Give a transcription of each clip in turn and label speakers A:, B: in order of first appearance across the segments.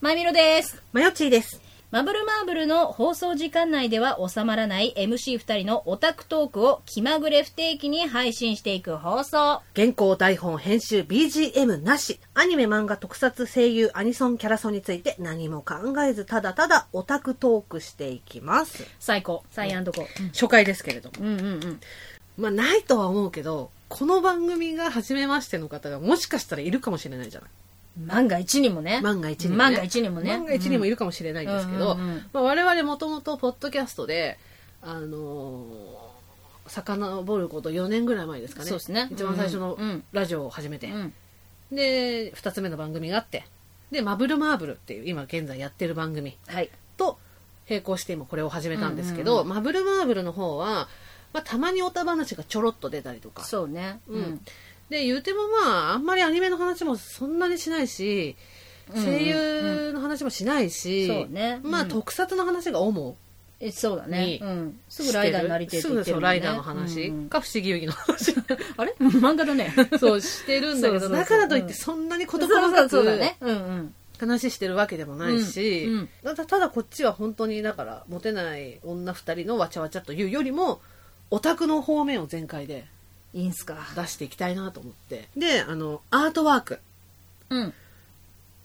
A: まみろです。
B: マヨチーです。
A: マブルマーブルの放送時間内では収まらない MC2 人のオタクトークを気まぐれ不定期に配信していく放送。
B: 原稿、台本、編集、BGM なし。アニメ、漫画、特撮、声優、アニソン、キャラソンについて何も考えず、ただただオタクトークしていきます。
A: 最高。サイアンドコ。
B: 初回ですけれども。
A: うんうんうん。
B: まあ、ないとは思うけど、この番組が初めましての方がもしかしたらいるかもしれないじゃない。
A: 万が一にもね。
B: 万が一にも、ね。
A: 万が一にもね。
B: 万が一にもいるかもしれないんですけど、
A: うんうんうん
B: まあ、我々もともとポッドキャストで、あのー、遡ること4年ぐらい前ですかね。
A: そうですね
B: 一番最初の
A: うんうん
B: ラジオを始めて。
A: うん。
B: で2つ目の番組があってで「マブルマーブル」っていう今現在やってる番組
A: はい。
B: と並行して今これを始めたんですけど、マブルマーブルの方は、まあ、たまにおた話がちょろっと出たりとか
A: そうね。
B: うん。で言うてもまああんまりアニメの話もそんなにしないし
A: うん
B: 声優の話もしないし、
A: そうね
B: まあ
A: うん
B: 特撮の話が主
A: えそうだね
B: に。
A: うん。すぐライダーになりてえって
B: す
A: 言
B: ぐ
A: って
B: そ
A: るも
B: う
A: んね。
B: ライダーの話
A: うんうん
B: か不思議遊戯の 話
A: あれ 漫画だね。
B: そうしてるんだ
A: そ
B: け
A: うそう
B: ど
A: そう
B: だからといってそんなに事
A: そう
B: 細か
A: そうそうだ
B: く
A: ね。うんうん。
B: 話してるわけでもないし、
A: うんうん
B: ただただこっちは本当にだからモテない女2人のわちゃわちゃというよりもオタクの方面を全開で
A: いいんすか。
B: 出していきたいなと思ってであのアートワーク
A: うん。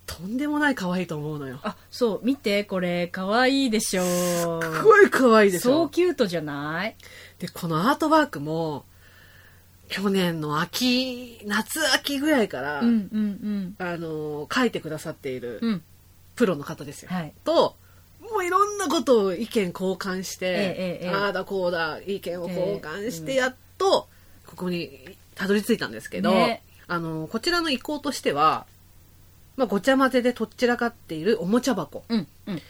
B: とんでもない可愛いと思うのよ
A: あ、そう、見て、これ、可愛いでしょ。す
B: すごい可愛いでし
A: そう
B: ょ
A: キュートじゃない
B: でこのアートワークも去年の秋夏秋ぐらいから、
A: うんうん
B: あの書いてくださっている
A: うん。うん。
B: プロの方ですよ、
A: はい。
B: ともういろんなことを意見交換して、
A: ええええ
B: ああだこうだ意見を交換し
A: え
B: て
A: え
B: やっとここにたどり着いたんですけど、
A: ね
B: あのこちらの意向としては、まあ、ごちゃ混ぜでとっちらかっているおもちゃ箱
A: うんうん。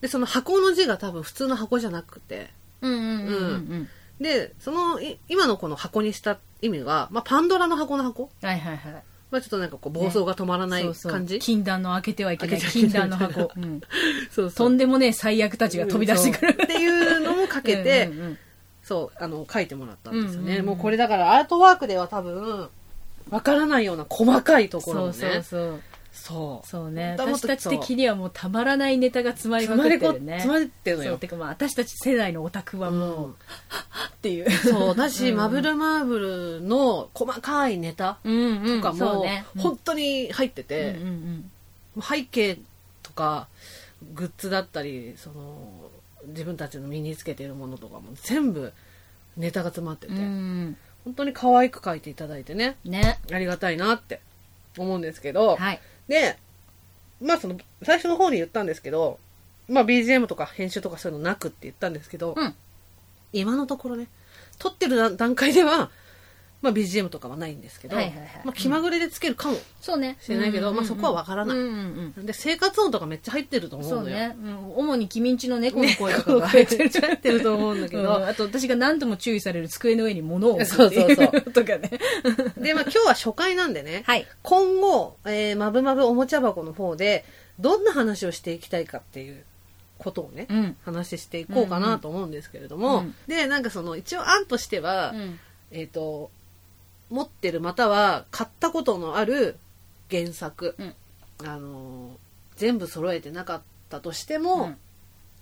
B: でその箱の字が多分普通の箱じゃなくて
A: うんうんうんうん。
B: でそのい今のこの箱にした意味が、まあ、パンドラの箱の箱、
A: はいはいはい。
B: まあ、ちょっとなんかこう暴走が止まらない
A: そ
B: 感
A: う
B: じ、
A: そう禁断の開けてはいけない。
B: 開けて
A: 禁
B: はいけな
A: 断
B: い
A: の 箱。うん
B: そうそう
A: とんでもねえ最悪たちが飛び出してく
B: うんそう
A: る。
B: っていうのもかけて、
A: うんうんうん
B: そう、あの、書いてもらったんです
A: う
B: よね。
A: んうんうん
B: もうこれだからアートワークでは多分、わからないような細かいところ
A: そ
B: も
A: う
B: ね。
A: そうそう。
B: そう
A: そうね。
B: だからもっ
A: 私
B: と
A: たち的にはもうたまらないネタが詰まり
B: つ
A: ま
B: ま
A: く
B: り
A: っ
B: こ、
A: てるね。
B: つまりってるの
A: そう、
B: よ
A: て。かまあ私たち世代のオタクはもう、
B: う
A: っ
B: ん
A: ていう。
B: そう、だし、
A: うん
B: マブルマーブルの細かいネタ
A: うんう
B: と
A: ん。
B: か
A: そう
B: も
A: ね、
B: 本当に入って
A: うんう
B: て、
A: んうん。
B: 背景とか、グッズだったり、その、自分たちの身につけているものとかも全部ネタが詰まってて、
A: うん
B: 本当に可愛く書いていただいてね、
A: ね。
B: ありがたいなって思うんですけど、
A: はい。
B: で、まあその、最初の方に言ったんですけど、まあ BGM とか編集とかそういうのなくって言ったんですけど、
A: うん。
B: 今のところね、撮ってる段段階では、まあ BGM とかはないんですけど、
A: はいはいはい
B: まあ気まぐれでつけるかも。
A: そうね。
B: しれないけ
A: うんうん
B: ど
A: うん
B: まあそこはわからない
A: うんうん
B: で、生活音とかめっちゃ入ってると
A: うん
B: 思う
A: そう
B: のよ。
A: ね。うん主に君んちの猫の 声とか
B: こう
A: が
B: 入ってる入ってると思うんだけ
A: うん
B: ど。
A: あと私が何度も注意される机の上に物を置く
B: そうそうそう
A: っていとかね。
B: で、まあ今日は初回なんでね、
A: はい。
B: 今後、えー、まぶまぶおもちゃ箱の方で、どんな話をしていきたいかっていうことをね、
A: うん。
B: 話していこうかなと思うんですけれども、
A: うんうん
B: でなんかその一応案としては、えっ、と持ってるまたは買ったことのある原作、
A: うん
B: あのー全部揃えてなかったとして
A: う
B: も、
A: ん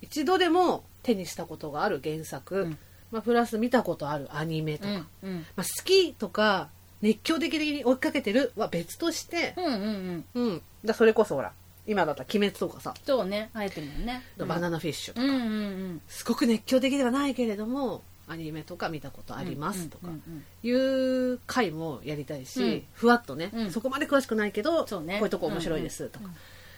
B: 一度でも手にしたことがある原作、
A: うん
B: まあ、プラス見たことあるアニメと
A: う
B: か、
A: んうん
B: まあ、好きとか熱狂的に追いかけてるは別として、
A: うんうんうん。
B: うん、だそれこそほら今だったら「鬼滅」とかさ
A: そうね。生えてるもんね。
B: 「バナナフィッシュ」とか
A: うんうんうん。
B: すごく熱狂的ではないけれどもアニメとか見たことありますとか
A: うんうん
B: いう回もやりたいし、
A: うん
B: ふわっとね、
A: うん
B: そこまで詳しくないけど
A: そうね
B: こういうとこ面白いですとか、
A: うんうん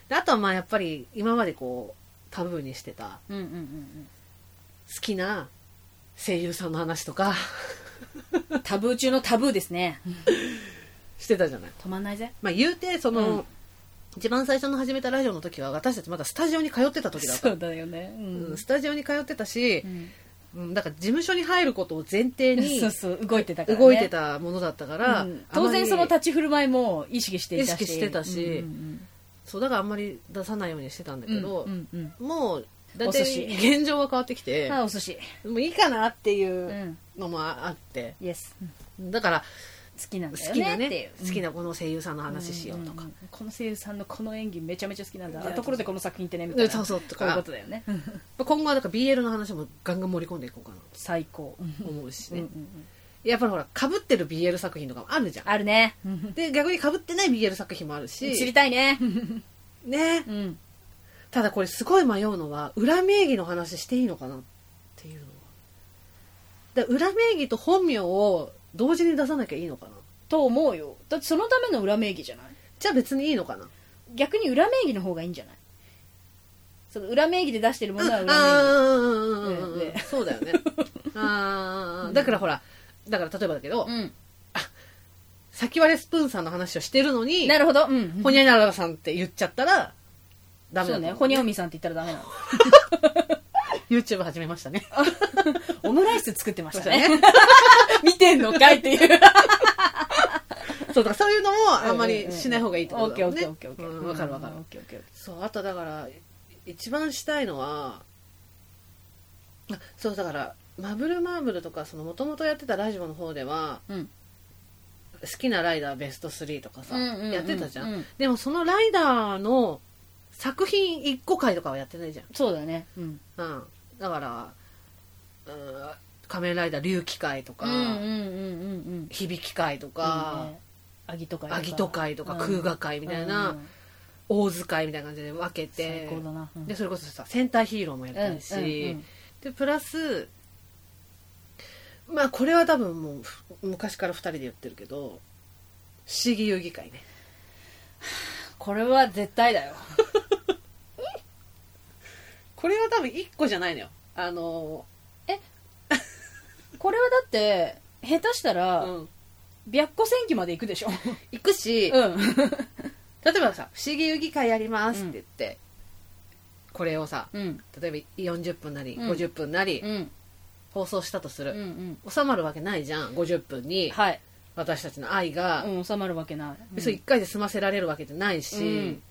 B: であとはまあやっぱり今までこうタブーにしてた
A: うんうんうん
B: 好きな声優さんの話とか
A: うん。タブー中のタブーですね。
B: してたじゃない。
A: 止まんないぜ。
B: まあ、言うてその、
A: うん
B: 一番最初の始めたラジオの時は私たちまだスタジオに通ってた時だった、
A: うだよね。う
B: うんスタジオに通ってたし
A: う、ん
B: うん、だから事務所に入ることを前提に
A: そうそう、動いてたからね。
B: 動いてたものだったから、
A: うん当然その
B: あまり
A: 立ち振る舞いも意識していたし
B: 意識してたし
A: うんうん
B: そうだからあんまり出さないようにしてたんだ
A: うん
B: けど、
A: うんうん
B: もう大
A: お寿司
B: 体現状が変わってきて、
A: あお寿司
B: もういいかなっていううんのもあって
A: イエス
B: だから
A: きなん
B: 好
A: だよ
B: きな
A: ね
B: ね
A: っていう
B: 好きなこの声優さんの話しようとか、
A: んんんこの声優さんのこの演技めちゃめちゃ好きなんだ
B: いや
A: ところでこの作品ってねみたい
B: で
A: な
B: そうそうと
A: こういう
B: か
A: ことだよね
B: 今後はだから BL の話もガンガン盛り込んでいこうかな
A: 最高うん
B: と思うし
A: うん
B: ね、
A: うん
B: やっぱりほらかぶってる BL 作品とかもあるじゃん
A: あるね
B: で逆にかぶってない BL 作品もあるし
A: 知りたいね
B: ね
A: うん
B: ただこれすごい迷うのは裏名義の話していいのかなっていうのはだ裏名義と本名を同時に出さなきゃいいのかな
A: と思うよだってそのための裏名義じゃない
B: じゃあ別にいいのかな
A: 逆に裏名義の方がいいんじゃないその裏名義で出してるものは裏名義
B: あ
A: うんうんうん
B: あそうだよねああだからほらだから例えばだけど、
A: う
B: 先割れスプーンさんの話をしてるの
A: ん
B: に
A: なるほどうん
B: ほにゃららさんって言っちゃったらダメ
A: そ
B: だ
A: う
B: ね
A: ねほにゃおみさんって言ったらダメなの
B: YouTube 始めましたね
A: オムライス作ってましたね
B: ね
A: 見てんのかいっていう
B: そうだからそういうのもあんまりしない方がいいってこ
A: オ
B: と
A: ッ
B: だ
A: ケー
B: も
A: オッ
B: んね
A: ケーオッケーオッケ
B: う
A: ー
B: んわかるわかる
A: オッケーオッケーオッケ
B: そうあとだから一番したいのはあそうだからマブルマーブルとかもともとやってたラジオの方では
A: ーうん
B: 好きなライダーベスト3とかさ、
A: うんうんうん
B: やってたじゃん、
A: うん
B: でもそのライダーの作品1個回とかはやってないじ
A: そうだねうん
B: ゃん、うん、だから「うん仮面ライダー龍騎会」とか
A: うんうんうんうんうん
B: 「響き会」とか
A: ねアギト
B: 「
A: 会
B: アギト会」とか「空河会」みたいな、
A: うん
B: 大図会みたいな感じで分けて
A: 最高だなうん
B: でそれこそさ戦隊ヒーローもやりたいし、
A: うんうん
B: でプラスまあこれは多分もうふ昔から2人で言ってるけど不思議遊戯会ね
A: これは絶対だよ
B: これは多分1個じゃないのよあの
A: これはだって下手したら、
B: うん
A: 白虎戦記まで行くでしょ
B: 行くし、
A: うん
B: 例えばさ「不思議遊戯会やります」って言って、これをさ
A: うん
B: 例えば40分なり
A: うん
B: 50分なり
A: うん
B: 放送したとす
A: う
B: る、
A: ん
B: 収まるわけないじゃん50分に
A: はい、
B: 私たちの愛が、
A: うん、収まるわけない、うん
B: そう1回で済ませられるわけじゃないし、
A: うん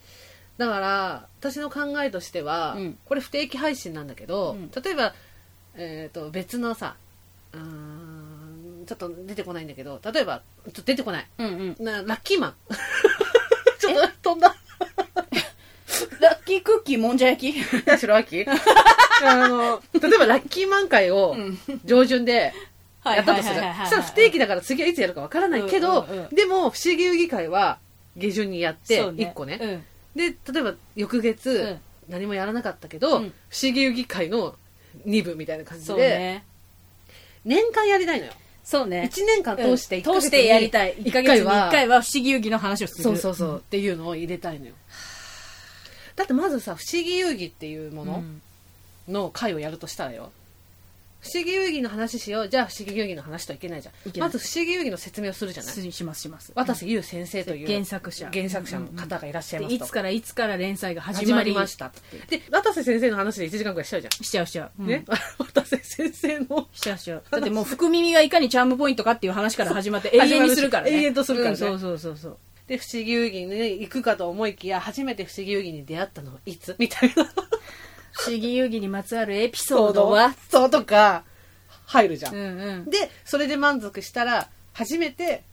B: だから私の考えとしては、
A: うん
B: これ不定期配信なんだけど、
A: うん
B: 例えば、えー、と別のさうーんちょっと出てこないんだけど例えばちょっと出てこない
A: うんうん
B: なラッキ ーマンちょっと飛んだ
A: ラッキークッキーもんじゃ 焼き
B: 八代 亜紀あの例えばラッキーマン会を
A: うん
B: 上旬で
A: はい
B: やったとするそ
A: はいはいはいはい
B: したら不定期だから次はいつやるかわからないけど、
A: うんうんうん
B: でも不思議遊戯会は下旬にやって
A: そう
B: 1個ね
A: うん
B: で例えば翌月、
A: うん
B: 何もやらなかったけど、
A: うん
B: 不思議遊戯会の2部みたいな感じ
A: そ
B: で、
A: うね
B: 年間やりたいのよ
A: そうね
B: 1年間通し
A: う
B: て
A: ん
B: 1ヶ月
A: 通
B: に
A: してやりたい1ヶ
B: 1ヶ
A: 月
B: 月
A: に
B: に
A: 1
B: 1
A: 回
B: 回
A: は不思議遊戯の話をする
B: そうそうそう、っていうのを入れたいのよだってまずさ「不思議遊戯」っていうも
A: う
B: の
A: ん
B: の回をやるとしたらよ不思議遊戯の話しようじゃあ不思議遊戯の話とはいけないじゃ
A: いけ
B: ん
A: ない
B: まず不思議遊戯の説明をするじゃない
A: しますします
B: 渡瀬優先生という
A: 原作者
B: 原作者の方がいらっしゃい
A: で
B: ます
A: い
B: と
A: つからいつから連載が始
B: 始
A: ま
B: ま
A: り
B: りましたで渡瀬先生の話で1時間くらいしちゃうじゃん
A: しちゃうしちゃう、うん
B: ね、 渡瀬先生の
A: しちゃうしち ゃうだってもう福耳がいかにチャームポイントかっていう話から始まって永遠にするからね
B: 永遠とするからね
A: うんそうそうそうそう
B: で不思議遊戯に行くかと思いきや初めて不思議遊戯に出会ったのはいつみたいな
A: 不思議遊戯にまつわるエピソードは
B: そうとか 入るじゃん、
A: うんうん
B: でそれで満足したら初めて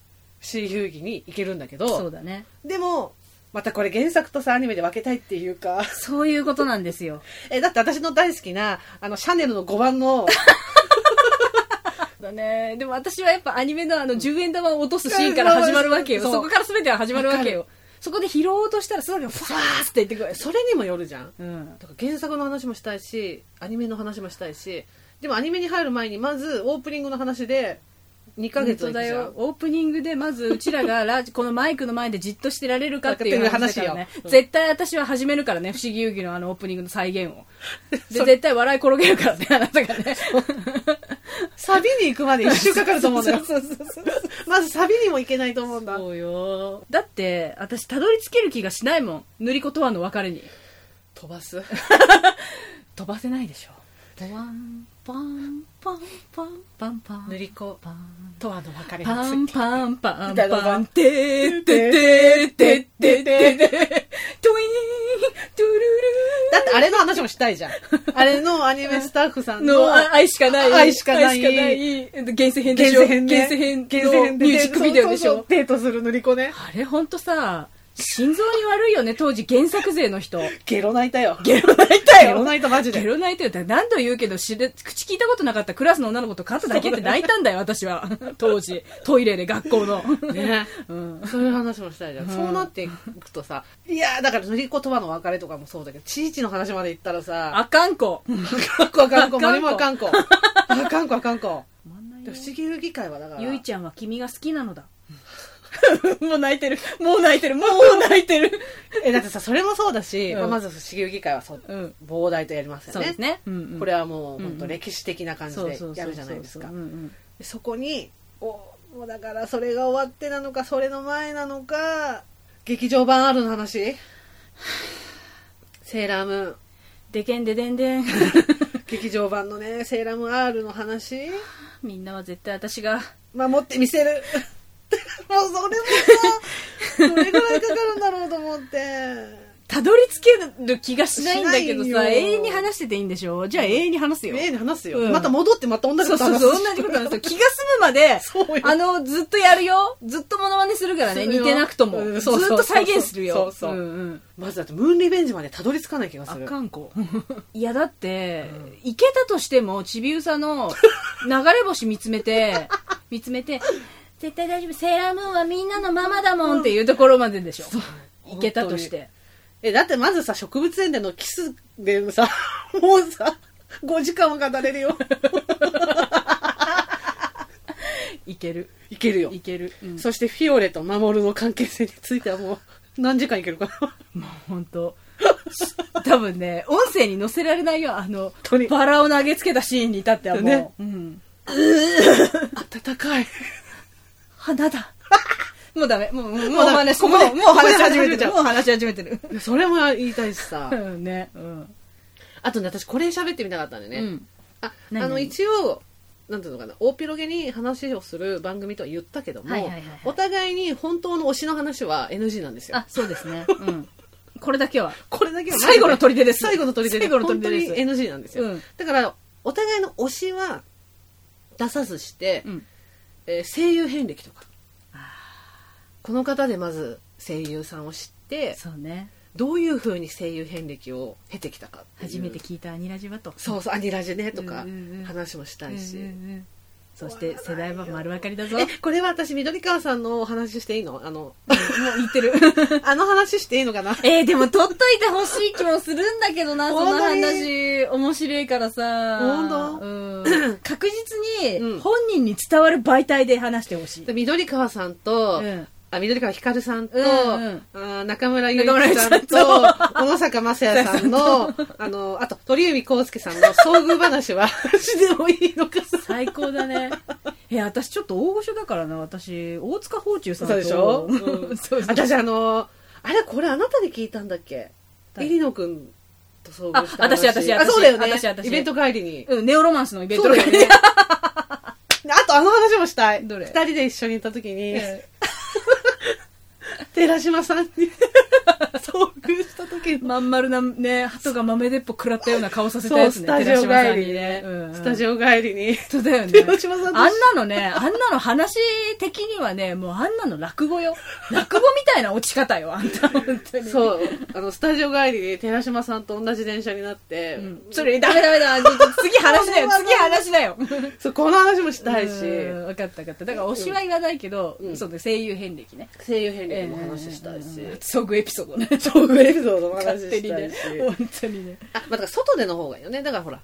B: 不思議遊戯に行けるんだけ
A: そう
B: ど
A: だね
B: でもまたこれ原作とさアニメで分けたいっていうか
A: そういうことなんですよ
B: えだって私の大好きなあのシャネルの5番の
A: だねでも私はやっぱアニメのあの10円玉を落とすシ
B: シ
A: ー
B: ー
A: ン
B: ン
A: か
B: からら
A: 始
B: 始
A: ま
B: ま
A: る
B: る
A: わ
B: わ
A: け
B: け
A: よ
B: よ
A: そこから全ては始まるわけよ
B: わ
A: そこで拾おうとしたらすぐにファーって言ってくる
B: それにもよるじゃん
A: うん
B: だから原作の話もしたいしアニメの話もしたいしでもアニメに入る前にまずオープニングの話で2ヶ
A: 本
B: 月
A: 当
B: は行
A: だ
B: くじゃん
A: よオープニングでまずうちらがラジこのマイクの前でじっとしてられるかっていう話だからね
B: やってる話ようん
A: 絶対私は始めるからね「不思議遊戯」のあのオープニングの再現をで
B: それ
A: 絶対笑い転げるからねあなたがね
B: サビに行く まで一週かかると思うんだよ。
A: そうそうそうそう
B: まずサビにも行けないと思うんだ。
A: そうよだって私たどり着ける気がしないもん塗り子とはの別れに
B: 飛ば す。
A: 飛ばせないでしょパンパンパンパンパンパン
B: 塗り子
A: パン
B: とはの別れ
A: パンパンパン
B: みたいな
A: パン
B: のが
A: てーてーてーてーてーてーてートゥイーントゥルルー
B: だってあれの話もしたいじゃん。あれのアニメスタッフさんの、
A: のあ愛しかない。
B: 愛しかない
A: いえっと現世編で
B: 厳
A: しょ。
B: 選編ね。厳選編
A: のミュージックビデオでし
B: そうそうそう
A: ょ。
B: デートする塗り子ね。
A: あれほんとさ、心臓に悪いよね、当時原作勢の人。
B: ゲロ泣いたよ。
A: ゲロ泣いた
B: ゲロ泣いたマジで
A: ゲロ泣いたよって何度言うけど知れ、口聞いたことなかったクラスの女の子と肩だけって泣いたんだよ、私は。当時。トイレで学校 の。
B: ね。
A: うん。
B: そういう話もしたいじゃん。
A: うん
B: そうなっていくとさ、いやーだから塗り子とはの別れとかもそうだけど、ちいちの話まで行ったらさ、
A: あかんこ。
B: あかんこあかんこ、何もあかんこ。あかんこあかんこ。で不思議遊戯会はだから、
A: ゆいちゃんは君が好きな のだ。もう泣いてる。もう泣いてる。もう泣いてる。
B: え、だってさ、それもそうだし、
A: うん
B: まあまず不思議遊戯会はそう
A: うん。
B: 膨大とやりますよね。
A: そうですね。うんうん
B: これはもう、本
A: うんう
B: 当
A: ん
B: 歴史的な感じでやるじゃな
A: そう。そうそ
B: いですか
A: うそううんうん
B: でそこに、おもうだからそれが終わってなのか、それの前なのか、劇場版ある の話セーラームーン。
A: でけんででん でん。
B: 劇場版のね、セーラームーン R の話、
A: みんなは絶対私が。
B: 守ってみせる。 もうそれもさ、どれぐらいかかるんだろうと思って。
A: たどり着ける気がしないんだけど
B: しな
A: さ、
B: いよ
A: 永遠に話してていいんでしょじゃあ永遠に話すよ。
B: 例に話すよ、
A: うん
B: また戻ってまた同じ
A: そ
B: こ
A: う
B: と
A: そう
B: 話す
A: そう、同じことなんですよ。気が済むまで、
B: そうよ
A: あの、ずっとやるよ。ずっとモノマネするからね、
B: するよ
A: 似てなくとも。
B: うん
A: ず
B: そう
A: っ
B: そうそう
A: と再現するよ。
B: そうそうん
A: ん
B: まずだってムーンリベンジまでたどり着かない気が
A: あ
B: する
A: かんこ。 いや、だって、いけたとしても、ちびうさの流れ星見つめ て、見つめて、絶対大丈夫、セーラームーンはみんなのママだもんっていうところまででしょ。いけたとして。
B: えだってまずさ植物園でのキスでさ もうさ5時間は語れるよ
A: いける。
B: いける よ
A: いける。うん
B: そしてフィオレとマモルの関係性についてはもう何時間いけるかな
A: もう本当 多分ね音声に載せられないよあの
B: 当に
A: バラを投げつけたシーンに至ってはもう、
B: ね
A: うん、
B: 暖かい
A: 花だ もうダメもうもうもう
B: もうダメ
A: 話
B: ここで
A: もうもう話し始め
B: ここで始め
A: て
B: ちゃ
A: る
B: う
A: もう話し始めてる
B: それも言いたいしさ
A: うんねうん、
B: あとね私これ喋ってみたかったんでね、
A: うん
B: あ
A: 何
B: あの
A: 何
B: 一応なんていうのかな大広げに話をする番組とは言ったけども、
A: はいはいはいはい
B: お互いに本当の推しの話は NG なんですよ
A: あそうですね、うん、これだけは
B: これだけはマジ
A: 最後の砦です
B: 最後の砦です
A: 最後の砦です
B: 本当に NG なんですよ、
A: うん
B: だからお互いの推しは出さずして、
A: うん
B: えー声優遍歴とかこの方でまず声優さんを知って
A: そうね
B: どういうふうに声優遍歴を経てきたかっていう
A: 初めて聞いたアニラジバと
B: そうそうアニラジねとか
A: うんうんうん
B: 話もした
A: うんう
B: いし、
A: んうんそして世代は丸分かりだぞ
B: えこれは私緑川さんのお話していいの あの
A: もう言ってる
B: あの話していいのかな
A: えー、でも撮っといてほしい気もするんだけどな、その
B: 本当に
A: 話。面白いからさ。
B: 本当
A: うん。確実
B: う
A: に
B: ん
A: 本人に伝わる媒体で話してほしい。
B: で緑川さんと、
A: うん
B: あ緑川光さんと、
A: うん
B: あ中村ゆ一さんと
A: 中村
B: 小野坂正也さんのあのあと鳥海浩介さんの 遭遇話はしてもいいのかな
A: 最高だね。いや、私ちょっと大御所だからな、私。大塚宝中さん
B: そう
A: と。
B: でしょ、
A: うん
B: うん
A: そうそう。
B: 私あのあれこれあなたに聞いたんだっけえ
A: 誰
B: りのくんと遭遇した話
A: あ私私私
B: あそうだよね
A: 私私
B: イベント帰りに
A: うん、ネオロマンスのイベント
B: そう
A: で
B: だよねあとあの話もしたい
A: どれ
B: 二人で一緒にいた時に、
A: え
B: 寺 島さんに遭遇した時
A: ー
B: の
A: まん丸なね、鳩が豆鉄砲食らったような顔させた
B: そう
A: やつ
B: ス
A: ね、
B: タジオ
A: 寺
B: 帰
A: 島さん
B: りに
A: に
B: ね
A: ね。うん、
B: スタジ
A: オ。
B: オ帰りに
A: そうだよね。
B: 寺島さんと
A: あんなのね、あんなの話的にはね、もうあんなの落語よ。落語みたいな落ち方よ、あんた、本当に。う。
B: そうあのスタジオ帰りに寺島さんと同じ電車になって、
A: ん、それ、ダメダメダメ、ちょっと次話だよ、次話だよ。
B: そうこの話もしたいし
A: うん分かった分かった。だから、推しは言わないけど、
B: うん
A: その声優遍歴ね。
B: 声優編歴も話したいし、
A: えー遭遇エピソードね。
B: 遭遇エピソードも話
A: 勝手
B: し
A: に
B: たい
A: ね
B: し、。
A: 本当にね。
B: あまあ、だから外での方がいいよねだからほら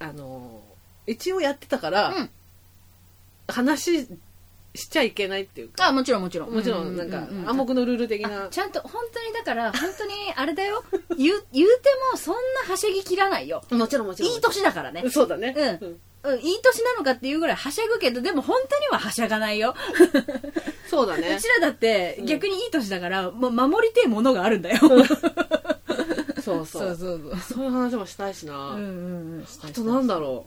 B: あのー一応やってたから、
A: うん
B: 話しちゃいけないっていうか
A: あ、もちろんもちろん。
B: もちろんなんか
A: ううう
B: 暗黙のルール的な
A: あちゃんと本当にだから本当にあれだよ言う言うてもそんなはしゃぎ切らないよ
B: もちろんもちろん
A: いい年だからね
B: そうだね
A: うんうん、いい年なのかっていうぐらいはしゃぐけど、でも本当にははしゃがないよ。
B: そう だ
A: う
B: ね
A: ちらだって
B: うん
A: 逆にいい年だから、もう守りてえものがあるんだよ。
B: そうそうそう
A: そう
B: いう話もしたいしな、
A: うんうんうん。
B: あとなんだろ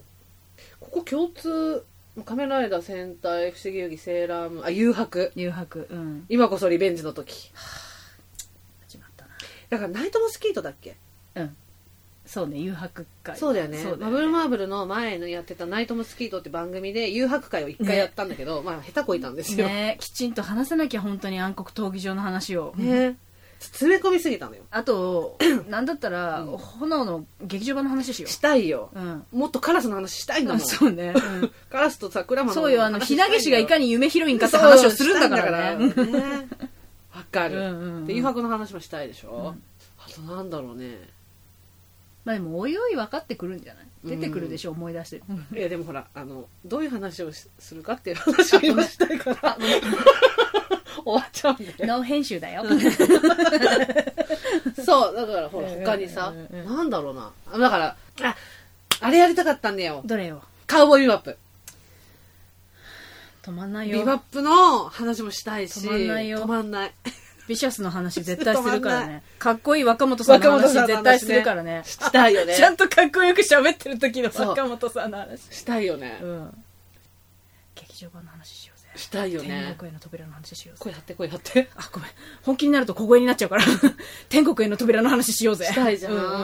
B: うここ共通仮面ライダー戦隊不思議遊戯セーラームーンあ誘白
A: 誘白。うん。
B: 今こそリベンジの時
A: 始まった
B: だからナイトモスキートだっけ
A: な。うん。そうね誘惑会
B: そうだよね
A: そうだよ
B: マブ
A: ね
B: ルマーブルの前のやってた「ナイト・モスキート」って番組で誘惑会を一回やったんだけど、まあ下手こいたんですよね
A: ねきちんと話さなきゃ本当に暗黒闘技場の話を、
B: 詰め込みすぎたのよ
A: あ となんだったら、炎の劇場版の話しよ
B: したいよ
A: う、うん、
B: もっとカラスの話したいんだ
A: あ
B: もん
A: そうね、うん
B: カラスと桜間の
A: そうよ、あの、ひなげしがいか
B: に
A: に夢ヒロインかって話をするんだからね。
B: ねわかる、
A: うんうんうん
B: で誘惑の話もしたいでしょ、あとなんだろうね
A: まあでも、おいおい分かってくるんじゃない
B: うん
A: 出てくるでしょ、思い出してる。
B: いやでもほらあのどういう話をしするかっていう話を今したいから 終わっちゃうんで
A: ノー編集だよ。
B: そうだからほら
A: うんうんうん
B: 他にさ、
A: うんうん
B: なんだろうなあだからああれやりたかったんだよ
A: どれよ。
B: カウボーイビバップ
A: 止まんない
B: ビ
A: よ。
B: バップの話もしたいし
A: 止まんないよ
B: 止まんない
A: ビシャスの話絶対するから
B: 止まんな
A: ね。かっこいい若本さんの話
B: 若本さんの
A: 絶
B: 話ね
A: 対するからね。
B: したいよ ね
A: ちゃんとかっこよく喋ってる時の
B: そう
A: 若本さんの話。
B: したいよね、
A: うん。劇場版の話しようぜ。
B: したいよ
A: 天
B: ね
A: 国への扉の話しようぜ。
B: 声張って声張って
A: あ、ごめん。本気になると小声になっちゃうから。 天国への扉の話しようぜ。
B: したいじゃん
A: うんうんうんう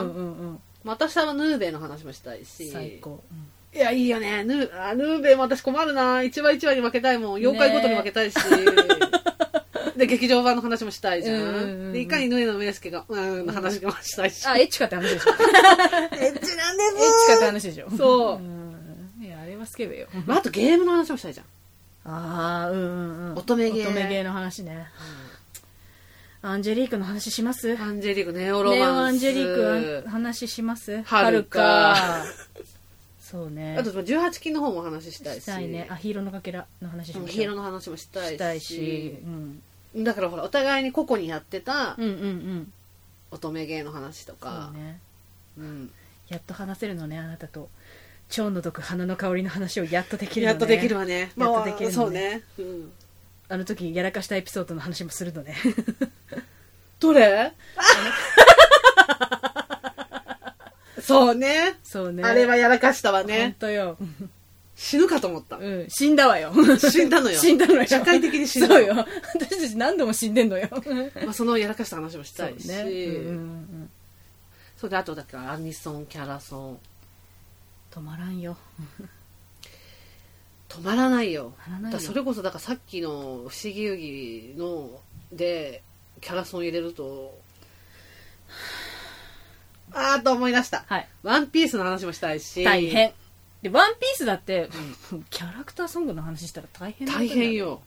A: ん。
B: また下はヌーベイの話もしたいし
A: 最高。うん
B: いやいいよねヌーあヌーベイも私困るな一話一話に負けたいもん妖怪ごとに負け たいし、で劇場版の話もしたいじゃん,、
A: うんうんうん
B: でいかにヌーの名助がうーんの話もしたいし、
A: あ、エッチかって話でしょ。エッチ
B: エッチなんで
A: かって話でしょ。。
B: そうん
A: いや、あれはスケベよ。
B: まあ、あとゲームの話もしたいじゃん
A: ああ、うんうんうん。
B: 乙女芸
A: 乙女芸の話ね。アンジェリークの話します
B: アンジェリークネオロマンス
A: ネオアンジェリークの話します
B: はるか
A: はるか そうね。
B: あと18禁の方も話したいし
A: したいね。あ、ヒーローのかけらの話し
B: うん
A: ましょう
B: ヒーローの話もしたいし
A: したいし。うん。
B: だからほらお互いに個々にやってた
A: うんうんうん。
B: 乙女芸の話と
A: そ
B: か
A: う、ね。
B: うん
A: やっと話せるのね、あなたと。蝶の毒、花の香りの話をやっとできるの
B: や
A: ね。
B: っとできるわね。
A: やっと
B: まあ
A: できるのね
B: そうね。うん
A: あの時やらかしたエピソードの話もする のね。
B: どれ そうね
A: そうね。
B: あれはやらかしたわ
A: 本
B: ね。
A: 当よ。
B: 死ぬかと思った。
A: うん、死んだわよ。
B: 死んだのよ。
A: 死んだのよ。
B: 社会的に死んだの
A: そうよ。私たち何度も死んでんのよ。
B: まあ、そのやらかした話もしたいし。
A: ね。うんうんうん
B: そうで、あとだから、アニソン、キャラソン。
A: 止まらんよ。
B: 止まらないよ。
A: 止まらない
B: だ
A: よ。
B: からそれこそ、だからさっきの不思議遊戯の、で、キャラソン入れると、 あーっと思い出した。
A: はい。
B: ワンピースの話もしたいし。
A: 大。変。で、ワンピースだって、キャラクターソングの話したら大変だった
B: 大
A: んだ
B: 変。よ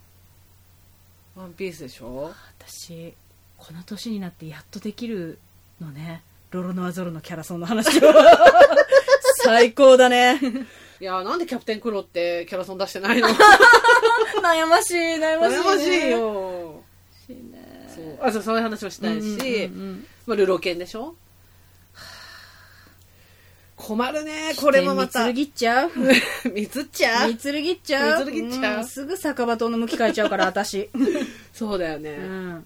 B: ワンピースでしょ
A: 私、この年になってやっとできるのね。ロロノアゾロのキャラソンの話 を。最高だね。
B: いやーなんでキャプテンクロってキャラソン出して ないの羨
A: 悩ましい、悩ましい、
B: ましい。よ
A: しいね。
B: そうあそうそういう話もしたいし、
A: うんうんうん
B: まあ、ルロケンでしょ 困るねこれもまた
A: で見つるぎっちゃう
B: みつっちゃう
A: 見つるぎっちゃう
B: 見つるぎっちゃうん
A: すぐ酒場島の向き変えちゃうから私、
B: そうだよね、
A: うん、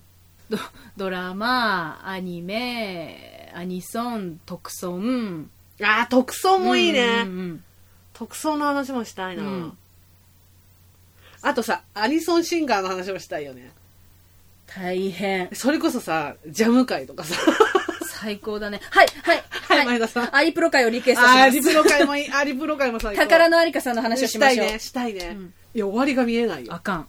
A: ドドラマアニメアニソン特損
B: あー特捜もいいね、
A: うん
B: 特捜の話もしたいな、
A: うん
B: あとさアニソンシンガーの話もしたいよね
A: 大変
B: それこそさジャム界とかさ
A: 最高だねはいはい
B: はい前田さ ん
A: アリプロ会をリクエストし
B: あーリ
A: ます
B: プロ界もいいあーリプロ界も最高
A: 宝のありかさんの話をしましょう
B: たいねしたいね、
A: うん
B: いや終わりが見えないよ
A: あかん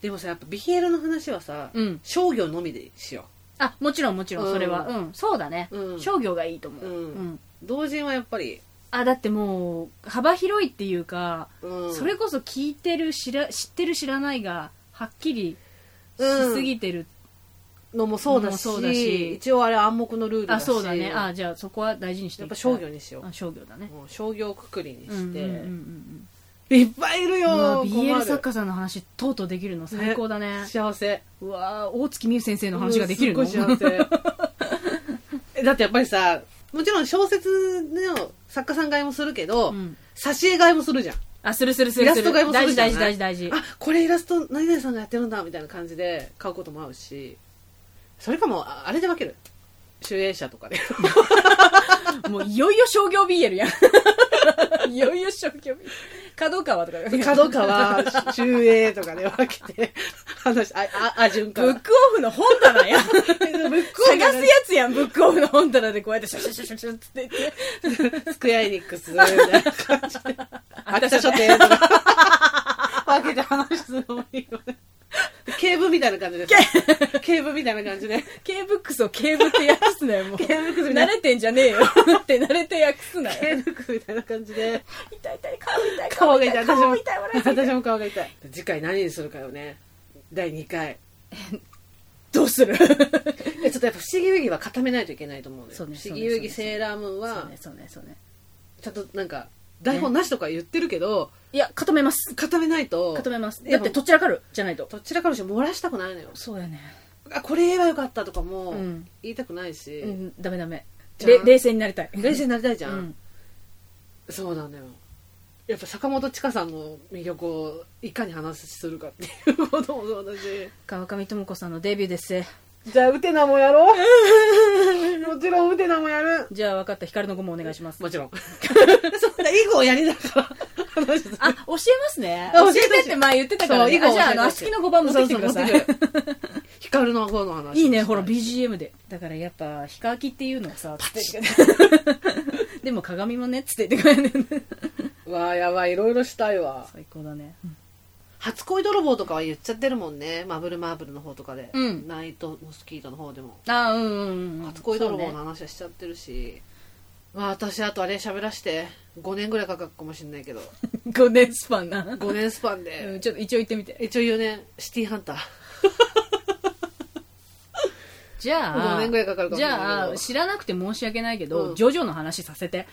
B: でもさやっぱ BL の話はさ、
A: うん
B: 商業のみでしよ
A: あもちろんもちろんそれは
B: う
A: うん、そうだね、
B: うん
A: 商業がいいと思う、
B: うんう同人はやっぱり、
A: あだってもう幅広いっていうか
B: うん、
A: それこそ聞いてる知ら知ってる知らないがはっきりしすぎてる、
B: のもそうだし
A: のもそうだし
B: 一応あれ暗黙のルールだ
A: あ
B: し
A: そうだねあじゃあそこは大事にして
B: や
A: い
B: っ
A: きたい
B: ぱ商業にしよ
A: あ商業だ
B: う
A: ね
B: もう商業くくりにして、
A: うんうんうんうん
B: いっぱいいるよ
A: うわ
B: 困
A: BL
B: る
A: 作家さんの話とうとうできるの最高だね
B: 幸せ
A: うわ大月美優先生の話ができるの、
B: うんすっごい幸せ えだってやっぱりさもちろん小説の作家さん買いもするけど、
A: うん
B: 挿絵買いもするじゃん
A: あするするする
B: イラスト買いもする
A: 大事
B: じゃな
A: 大
B: い
A: 事大事大事
B: あこれイラスト何々さんがやってるんだみたいな感じで買うことも合うしそれかもああれで分ける集英社とかで
A: もういよいよ商業 BL やんいよいよ商業 BL 角川とか
B: 角川集英とかで分けて話、あ、あ、あ、循
A: ブッ
B: 環。
A: クオフの本棚や探すやつやんブックオフの本棚でこうやってシャシャシャシャシャって
B: スクエアエニックスみたいな感じで。私書店とか。分けて話すのもいいよね。警部みたいな感じです。警部みたいな感じで。
A: K ブックスを K ブって訳すなよもう
B: K ブックスみたい
A: 慣
B: な
A: れてんじゃねえよって慣れて訳すなよ
B: 警部みたいな感じで。
A: 痛い痛い顔痛い
B: 顔が痛い。
A: 顔痛い笑い
B: 私も顔が痛い。次回何にするかよね。第2回。
A: どうする
B: えちょっとやっぱ不思議遊戯は固めないといけないと思うのよ
A: そうね
B: 不思議遊
A: そうね
B: 戯セーラームーン
A: そう
B: は
A: ねそうねそうね
B: ちゃんとなんか台本なしとか言ってるけど、
A: いや固めます
B: 固めないと
A: 固めます
B: や
A: だ
B: っ
A: っ
B: ぱ
A: てとっちらかるじゃないと
B: どちらかの人漏らしたくないのよ
A: そうやね
B: あこれ言えばよかったとかも
A: うん
B: 言いたくないし、
A: うんダメダメ
B: じゃあ
A: れ冷静になりたい
B: 冷静になりたいじゃん、
A: うん
B: そうなのよやっぱ坂本千佳さんの魅力をいかに話するかっていうこともそうだし
A: 川上智子さんのデビューです
B: じゃあウテナもやろう もちろんウテナもやる
A: じゃあ分かった光のゴムお願いします
B: もちろん そんな以後やりながら話す
A: あ、教えますね。
B: あ
A: 教
B: 教え
A: え
B: て
A: てって前言ってたから、
B: そう
A: ね。
B: 以後
A: あじゃあ、あ
B: 教えて
A: の、足利の5番持ってきてください。
B: そうそう持ってくる 光の方の話
A: いいね、ほら、BGM で。だからやっぱ、ヒカキっていうのはさ、つって。 でも鏡もね、つって言ってくれる、ね。
B: わあやばいいろいろしたいわ
A: 最高だね。
B: 初恋泥棒とかは言っちゃってるもんねマブルマーブルの方とかで、
A: うん
B: ナイトモスキートの方でも
A: あうんうんうん。
B: 初恋泥棒の
A: そうね
B: 話はしちゃってるし、まあ私あとあれ喋らして5年ぐらいかかるかもしれない けど
A: 5年スパンな。
B: 5年スパン
A: う
B: で
A: ん、ちょっと一応言ってみて。
B: 一応4年シティハンター
A: じゃあ、
B: 五年ぐらいかかるかも
A: じ
B: しれないけど
A: ゃあ、知らなくて申し訳ないけど、
B: うん
A: ジョジョの話させて。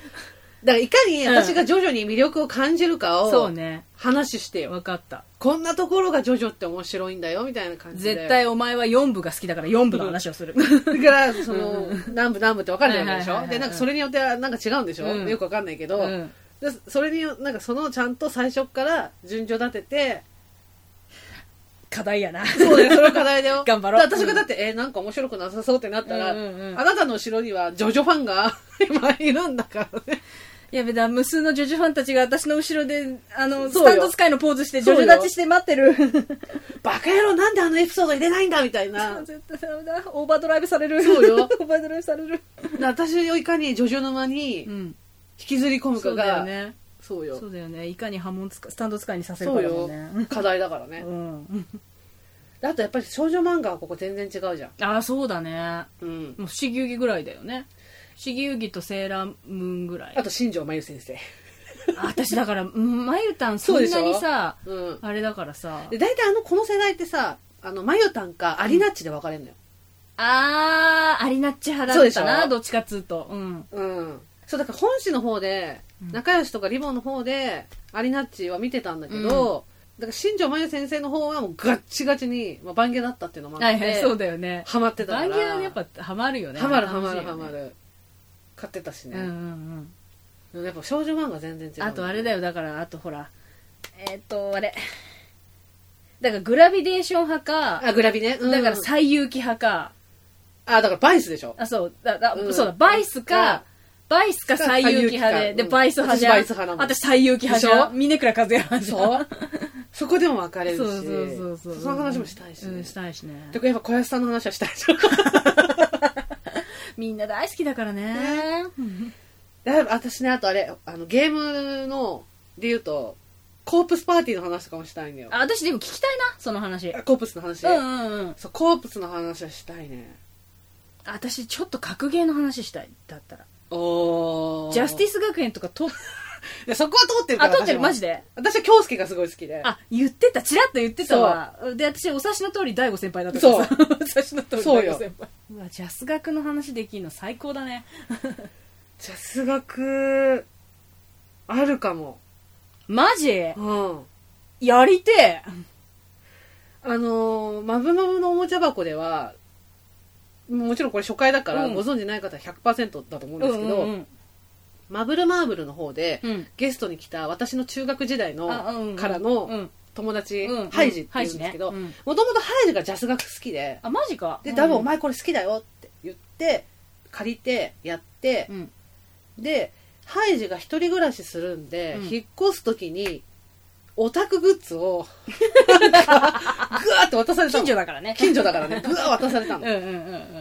B: だからいかに私が徐々に魅力を感じるか
A: そう
B: を
A: ね。
B: 話してよ、
A: わかった。
B: こんなところがジョジョって面白いんだよみたいな感じで
A: 絶対お前は4部が好きだから4部の話をする。
B: それから、その、南部南部って分かれてるわけでし
A: はい
B: ょ
A: はいはいはい
B: で、なんかそれによってはなんか違うんでしょ、
A: うん
B: よく分かんないけど、
A: うん
B: でそれによ、なんかそのちゃんと最初から順序立てて、
A: 課題やな。 。
B: そうだよ、それは課題だよ
A: 頑張ろう
B: で私がだって、えーなんか面白くなさそうってなったら、
A: うんうんうん
B: あなたの後ろにはジョジョファンが今いるんだから ね。
A: やべだ、無数のジョジョファンたちが私の後ろで、あの、
B: そ
A: ス
B: うよ
A: タンド使いのポーズして、ジ
B: そう
A: ョ
B: よ
A: ジョ立ちして待ってる。
B: バカ野郎なんであのエピソード入れないんだみたい な。
A: 絶対ダメだ。オーバードライブされる。
B: そうよ
A: オーバードライブされる。
B: 私をいかにジョジョ沼に
A: う
B: 引
A: ん。
B: きずり込む
A: そ
B: か
A: うだ
B: が、
A: よね。
B: そうよ
A: そうだよね。いかに波紋つか、スタンド使いにさせる
B: そ
A: か
B: う
A: だも
B: よ
A: んね。。
B: 課題だからね
A: う。ん。
B: であとやっぱり少女漫画はここ全然違うじゃん。
A: ああ、そうだね。
B: うん。
A: もう、不思議遊戯ぐらいだよね。不思議遊戯とセーラームーンぐらい。
B: あと新庄真由先生。
A: あ私だから、うんまゆたん
B: そ
A: そう
B: で
A: ん
B: し
A: な
B: ょ
A: にさ、
B: うん。
A: あれだからさ
B: で、。大体あの、この世代ってさ、あの、マヨタンかアリナッチで分かれるのよ。
A: あー、アリナッチ派
B: そう
A: だ
B: で
A: っ
B: しょ
A: たな、どっちかっつうと。うん。
B: うん。そう、だから本誌の方で、仲良しとかリボンの方で、アリナッチは見てたんだけど、だから新庄真由先生の方はもうガッチガチに、まあ、バンゲだったっていうのもあ
A: は
B: っ
A: いはい、そう
B: て、
A: だよね。
B: ハマってたか
A: バ
B: ら。
A: ンギャはやっ、ぱハマるよね
B: ハマるハマるハマ
A: 楽し
B: る。買ってたし
A: いよねうん
B: ね。
A: うん
B: やっぱ少女漫画全然違
A: う
B: う。
A: んあとあれだよだからあとほらえっ、とあれだからグラビデーション派か
B: あ、グラビね。うん
A: だから最有機派か
B: あ、だからバイスでしょ。
A: あそうだだ、
B: うん
A: そうだバイス
B: うん
A: か、バイスか最有機派
B: 最有
A: で、で、
B: 機かうん
A: バイス派じゃん。
B: 私バイス派なの
A: 私最有機派じゃ
B: でしょ
A: ん。峰倉和也派じゃん。
B: そう。そこでも分かれるし。
A: そうそうそうそう。
B: その話もしたいし、
A: う
B: ね
A: ん、したいしね。
B: だからやっぱ小安さんの話はしたいじゃん。
A: みんな大好きだからね。
B: だいぶ私ね、あとあれ、あの、ゲームの、で言うと、コープスパーティーの話とかもしたいんだよ。
A: あ、私でも聞きたいな、その話。
B: コープスの話、
A: うんうんうん。
B: そう、コープスの話はしたいね。
A: 私ちょっと格ゲーの話したい、だったら。
B: お
A: ジャスティ
B: ス
A: ス学園とかと、
B: そこは通ってるか
A: あ、
B: ら。
A: 撮って
B: 私
A: る、
B: も
A: マジ。で。
B: 私は京介がすごい好きで。
A: あ、言ってた、ちらっと言ってたわ。で、私、お察しの通り、大悟先輩だったからさ。 お察しの通り、
B: そう
A: 大
B: よ
A: 悟先輩。うわ、ジャス学の話できんの最高だね。
B: ジャス学、あるかも。
A: マジ
B: うん。
A: やりて
B: あのーマブマブのおもちゃ箱では、もちろんこれ初回だから、
A: うん
B: ご存知ない方は100%だと思うんですけど、
A: うんうん
B: マブルマーブルの方で、
A: うん
B: ゲストに来た私の中学時代の
A: あうんうん
B: から
A: う
B: の
A: ん。
B: 友達、
A: うん
B: ハイジって言うんですけど、
A: うんハイジね
B: もともとハイジがジャス学好きで、
A: あ、マジか。
B: で、多分
A: う
B: お
A: ん
B: 前これ好きだよって言って、借りて、やって
A: う、ん。
B: で、ハイジが一人暮らしするんで、
A: うん
B: 引っ越す時に、オタクグッズ を、なんか、ぐわーって渡されたの
A: 近所だからね。
B: 近所だから ね、ぐわー渡された
A: う
B: の
A: ん。うんうんうん。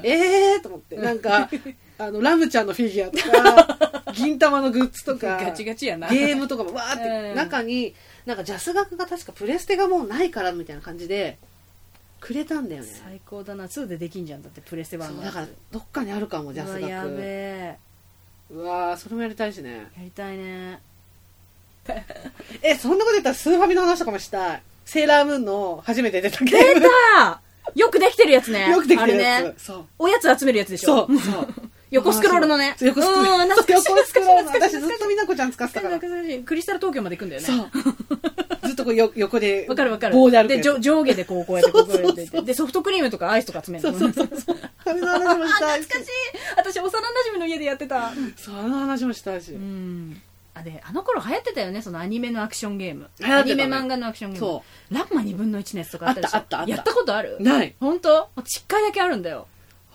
B: えーと思って、な んか、あの、ラムちゃんのフィギュアとか、銀玉のグッズとか、
A: ガチガチやな。
B: ゲームとかもわーって、
A: うん
B: 中に、なんかジャス学が確かプレステがもうないからみたいな感じで、くれたんだよね。
A: 最高だな。2でできんじゃん。だってプレステ版
B: そう
A: の
B: だ
A: やつ。
B: から、どっかにあるかも、ジャス
A: うわやべ
B: 学。
A: え。
B: うわー、それもやりたいしね。
A: やりたいね。
B: え、そんなこと言ったらスーファミの話とかもしたい。セーラームーンの初めて出たゲー
A: 出
B: ム。
A: たよくできてるやつね。
B: よくできてる
A: あ
B: や
A: れ
B: つ。
A: ね。
B: そう。
A: おやつ集めるやつでし
B: そ
A: ょ。
B: う。そう。
A: 横スクロールのね。
B: そう横スクロー
A: うん
B: ル。
A: 懐かしい。
B: 横スクロールの。
A: 懐か
B: 私
A: しい
B: ずっとみなこちゃん使ってたから。
A: 懐かしいクリスタル東京まで行くんだよね。
B: そう。ずっとこうよ横で。
A: わかるわかる。
B: 棒で歩くや
A: で、
B: つ。
A: じょ上下でこうこうやってこうこうやって
B: そうそうそう
A: で、ソフトクリームとかアイスとか集める
B: そ
A: の。
B: うそうそ うそう。あれの話もしたいし。
A: 懐かしい 私幼馴染の家でやってた。
B: そう、あの話もしたいし
A: う。ん。あ、で、あの頃流行ってたよね、そのアニメのアクションゲーム。
B: 流行
A: ア
B: って
A: ニ
B: たね
A: メ漫画のアクションゲーム。
B: そ
A: ランマ2分の1のやつとかあったでしょ
B: あったあったあった
A: やったことある
B: う。ない。
A: 本当私一回だけあるんだよ。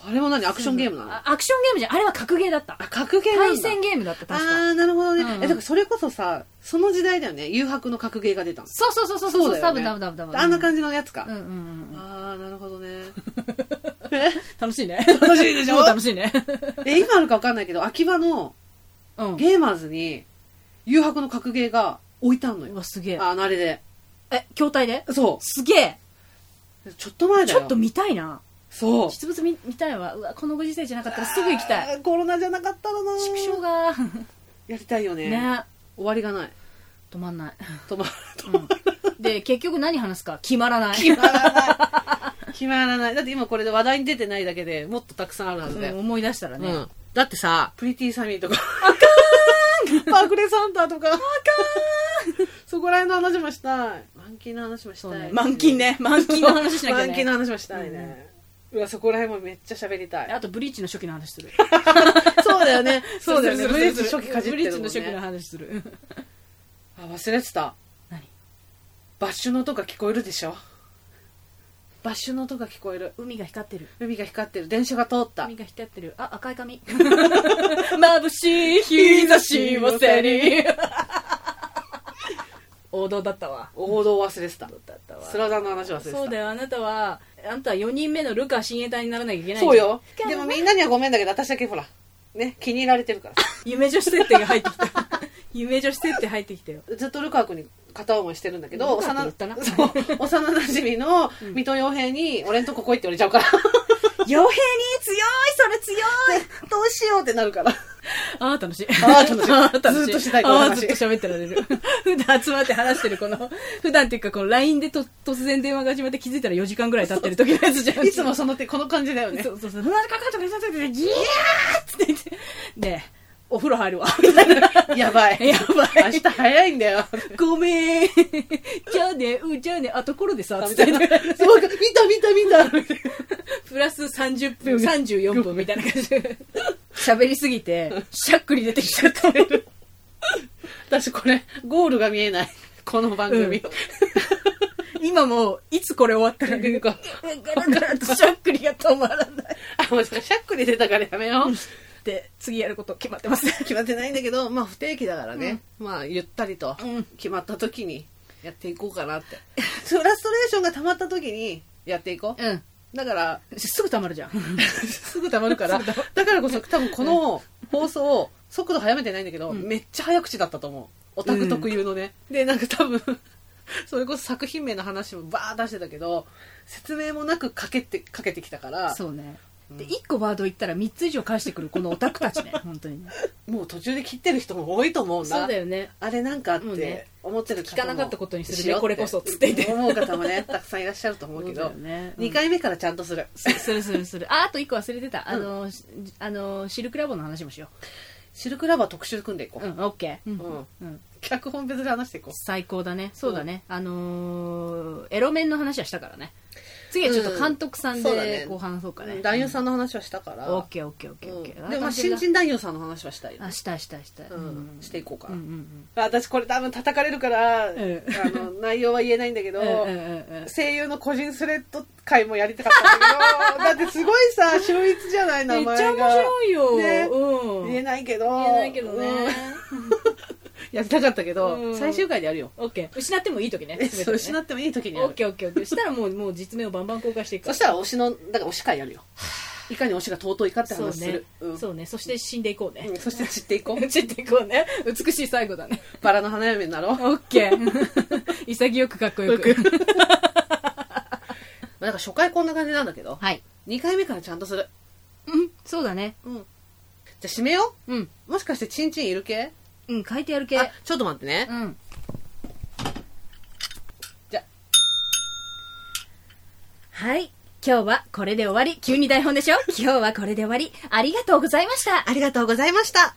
B: あれも何アクションゲームなの
A: あアクションゲームじゃん。あれは格ゲーだった。
B: あ、格ゲーなん
A: 対
B: だ。
A: 戦ゲームだった、
B: あ
A: 確か。
B: ー、なるほどね。
A: うんうん
B: え、だからそれこそさ、その時代だよね。誘白の格ゲーが出たの。
A: そうそうそうそうそう、
B: だ
A: 多
B: よ
A: 分
B: ね
A: 多分多分多分。
B: あんな
A: じ。
B: 感じのやつか
A: うん。うんうん。
B: あー、なるほどね。
A: 楽しいね。
B: 楽しいでしょ
A: もう楽しいね。
B: え、今あるかわかんないけど、秋葉の
A: うん。
B: ゲーマーズに、誘白の格ゲーが置いてあんの
A: う
B: よ。
A: わ、すげえ。
B: あの、あれで。
A: え、筐体で
B: そ
A: すげえ。
B: う。ちょっと前だ
A: ち
B: よ。
A: ょっと見たいな。
B: そう。
A: 実物見見たいわ。うわ、このご時世じゃなかったらすぐ行きたい。
B: あー。コロナじゃなかったらな
A: 縮小が。
B: やりたいよ ね。
A: ね。
B: 終わりがない。
A: 止まんない。
B: 止ま、
A: う
B: 止ま
A: んで、結局何話すか決まらない。
B: 決まらない。決まらない。だって今これで話題に出てないだけでもっとたくさんあるはずだ
A: う
B: よ。
A: ん思い出したらね。
B: うんだってさ、プリティサミーとか。パークレサンタとか。そこら辺の話もしたい。満金の話もした
A: そう
B: い、
A: ね。満勤。ね。満勤の話しなきゃ
B: 満金の
A: ね。
B: 話もしたいね。うわ、そこら辺もめっちゃ喋りたい。
A: あと、ブリーチの初期の話 する。
B: そうだ よね。そうだよね。
A: する
B: ブ
A: す
B: リ
A: る
B: ー
A: す
B: チ
A: るする
B: 初期かじって
A: ブリーチ
B: るもん
A: の初期の
B: ね。
A: 話する。
B: あ、忘れてた。
A: 何
B: バッシュの音が聞こえるでしょバッシュの音が聞こえる。
A: 海が光ってる。
B: 海が光ってる。電車が通った。
A: 髪が光ってる。あ、赤い 髪。眩しい日差しを背に。 王道だったわ。
B: 王道忘れてた
A: 王。道だったわ。
B: スラダンの話忘れてた。
A: そうだよ、あなたは、あんたは4人目のルカ親衛隊にならなきゃいけないじゃ
B: そ
A: ん
B: う。よ
A: し。か
B: で
A: も
B: もみんなにはごめんだけど、私だけほら、ね、気に入られてるか
A: 夢女子設定が入ってきた。夢女子設定入ってきたよ。
B: ら。ずっとルカ君に片思いしてるんだけど、
A: ルカ
B: 幼
A: って言ったな
B: そう幼馴染の水戸洋平に、俺んとこ来いって言われちゃうから、
A: 傭兵に強いそれ強い
B: どうしようってなるから。
A: ああ、楽しい。
B: あー楽しい
A: あー
B: ずーっとしてたいこの
A: あ
B: 話
A: あー、ずっと喋ってられる。 普段集まって話してる、この、普段っていうか、この LINE でと突然電話が始まって気づいたら4時間ぐらい経ってる時のやつじゃん。
B: いつもその手、この感じだよね。
A: そうそうそう。なんかかかとかかかとかギヤーって言って、ねえ、お風呂入るわ。みたいな。
B: やばい。
A: やば
B: 明
A: い。
B: 日早いんだよ。
A: ごめん。じゃあね、うん、じゃあね、あ、ところでさ、
B: み
A: み
B: た
A: た
B: い
A: い
B: な。
A: な
B: す。ごい、見た見た見たみたいな。
A: プラス30分、34分みたいな感じで。喋りすぎて、しゃっくり出てきちゃった。
B: 私これ、ゴールが見えない。この番組。
A: 今も、いつこれ終わったら、
B: なんか
A: ガラガラとしゃっくりが止まらない。
B: あ、もしかしシャックで出たからやめよう。
A: で、次やること決まってます。
B: 決まってないんだけど、まあ不定期だからね、まあゆったりと
A: うん
B: 決まった時にやっていこうかなって。 フラストレーションが溜まった時にやっていこう。
A: うん。
B: だから、
A: すぐ溜まるじゃん。
B: すぐ溜まるから、だからこそ多分この放送を速度早めてないんだけど、
A: ん
B: めっちゃ早口だったと思う。オタク特有のね。で、なんか多分、 それこそ作品名の話もバーッ出してたけど、説明もなくかけて、かけてきたから、
A: そうね。で、1個ワード言ったら3つ以上返してくる、このオタクたちね。本当にね。
B: もう途中で切ってる人も多いと思うな。
A: そうだよね。
B: あれなんかあっ
A: もう
B: て
A: ね
B: 思ってる方も
A: 聞かなかったことにするね
B: しよう
A: これこそっつって言って
B: 思う方もねたくさんいらっしゃると思うけ
A: そう
B: ど
A: だよねうん
B: 2回目からちゃんとする
A: すするするする。あ、あと1個忘れてた。あの、しあの、シルクラボの話もしよ
B: シルクラバー特集組んでいこ
A: う。う、
B: うん
A: オッケー。
B: うん
A: うん。
B: 脚本別で話していこ
A: 最高だねそうだね、あのーエロ面の話はしたからね次はちょっと監督さん
B: うんそうだね
A: で後半そうかね、
B: う男優さんの話はしたから
A: オッケーオッケーオッケーオッケー、
B: うんでもまあ新人男優さんの話はしたいよ
A: あしたいしたいしたい、
B: うんしていこうか
A: うんうん
B: あ私これ多分叩かれるからあ
A: ん
B: の内容は言えないんだけど
A: うんうんうんうん
B: 声優の個人スレッド会もやりたかったんだけど だってすごいさ秀逸じゃない名
A: め
B: 前
A: っ
B: が
A: ちゃ面白いよ、
B: ね
A: うん
B: 言えないけど
A: 言えないけどね、
B: やりたかったけど、
A: うん
B: 最終回でやるよ。
A: オッケー失ってもいい時ね
B: え
A: 全てね
B: そう失ってもいい時にや
A: オッ
B: る。
A: ケーオッケーオッケーそしたらもうもう実名をバンバン公開していくか
B: そ
A: ら
B: したら推しの、だから推し会やるよ。いかに推しが尊いかって
A: そう
B: 話す
A: ね
B: る。うん
A: そうねそして死んでいこうね
B: うんそして散っていこう。
A: 散っていこうね美しい最後だね
B: バラの花嫁になろう。
A: オッケー 潔くかっこよく
B: まあなんか初回こんな感じなんだけど、
A: はい
B: 2回目からちゃんとする。
A: うんそうだね
B: うん。じゃあ締めよ
A: うん
B: う。もしかしてチンチンいる系
A: うん書いてやる系
B: あ、ちょっと待ってね。
A: うん
B: じゃ
A: はい今日はこれで終わり急に台本でしょ今日はこれで終わりありがとうございました
B: ありがとうございました。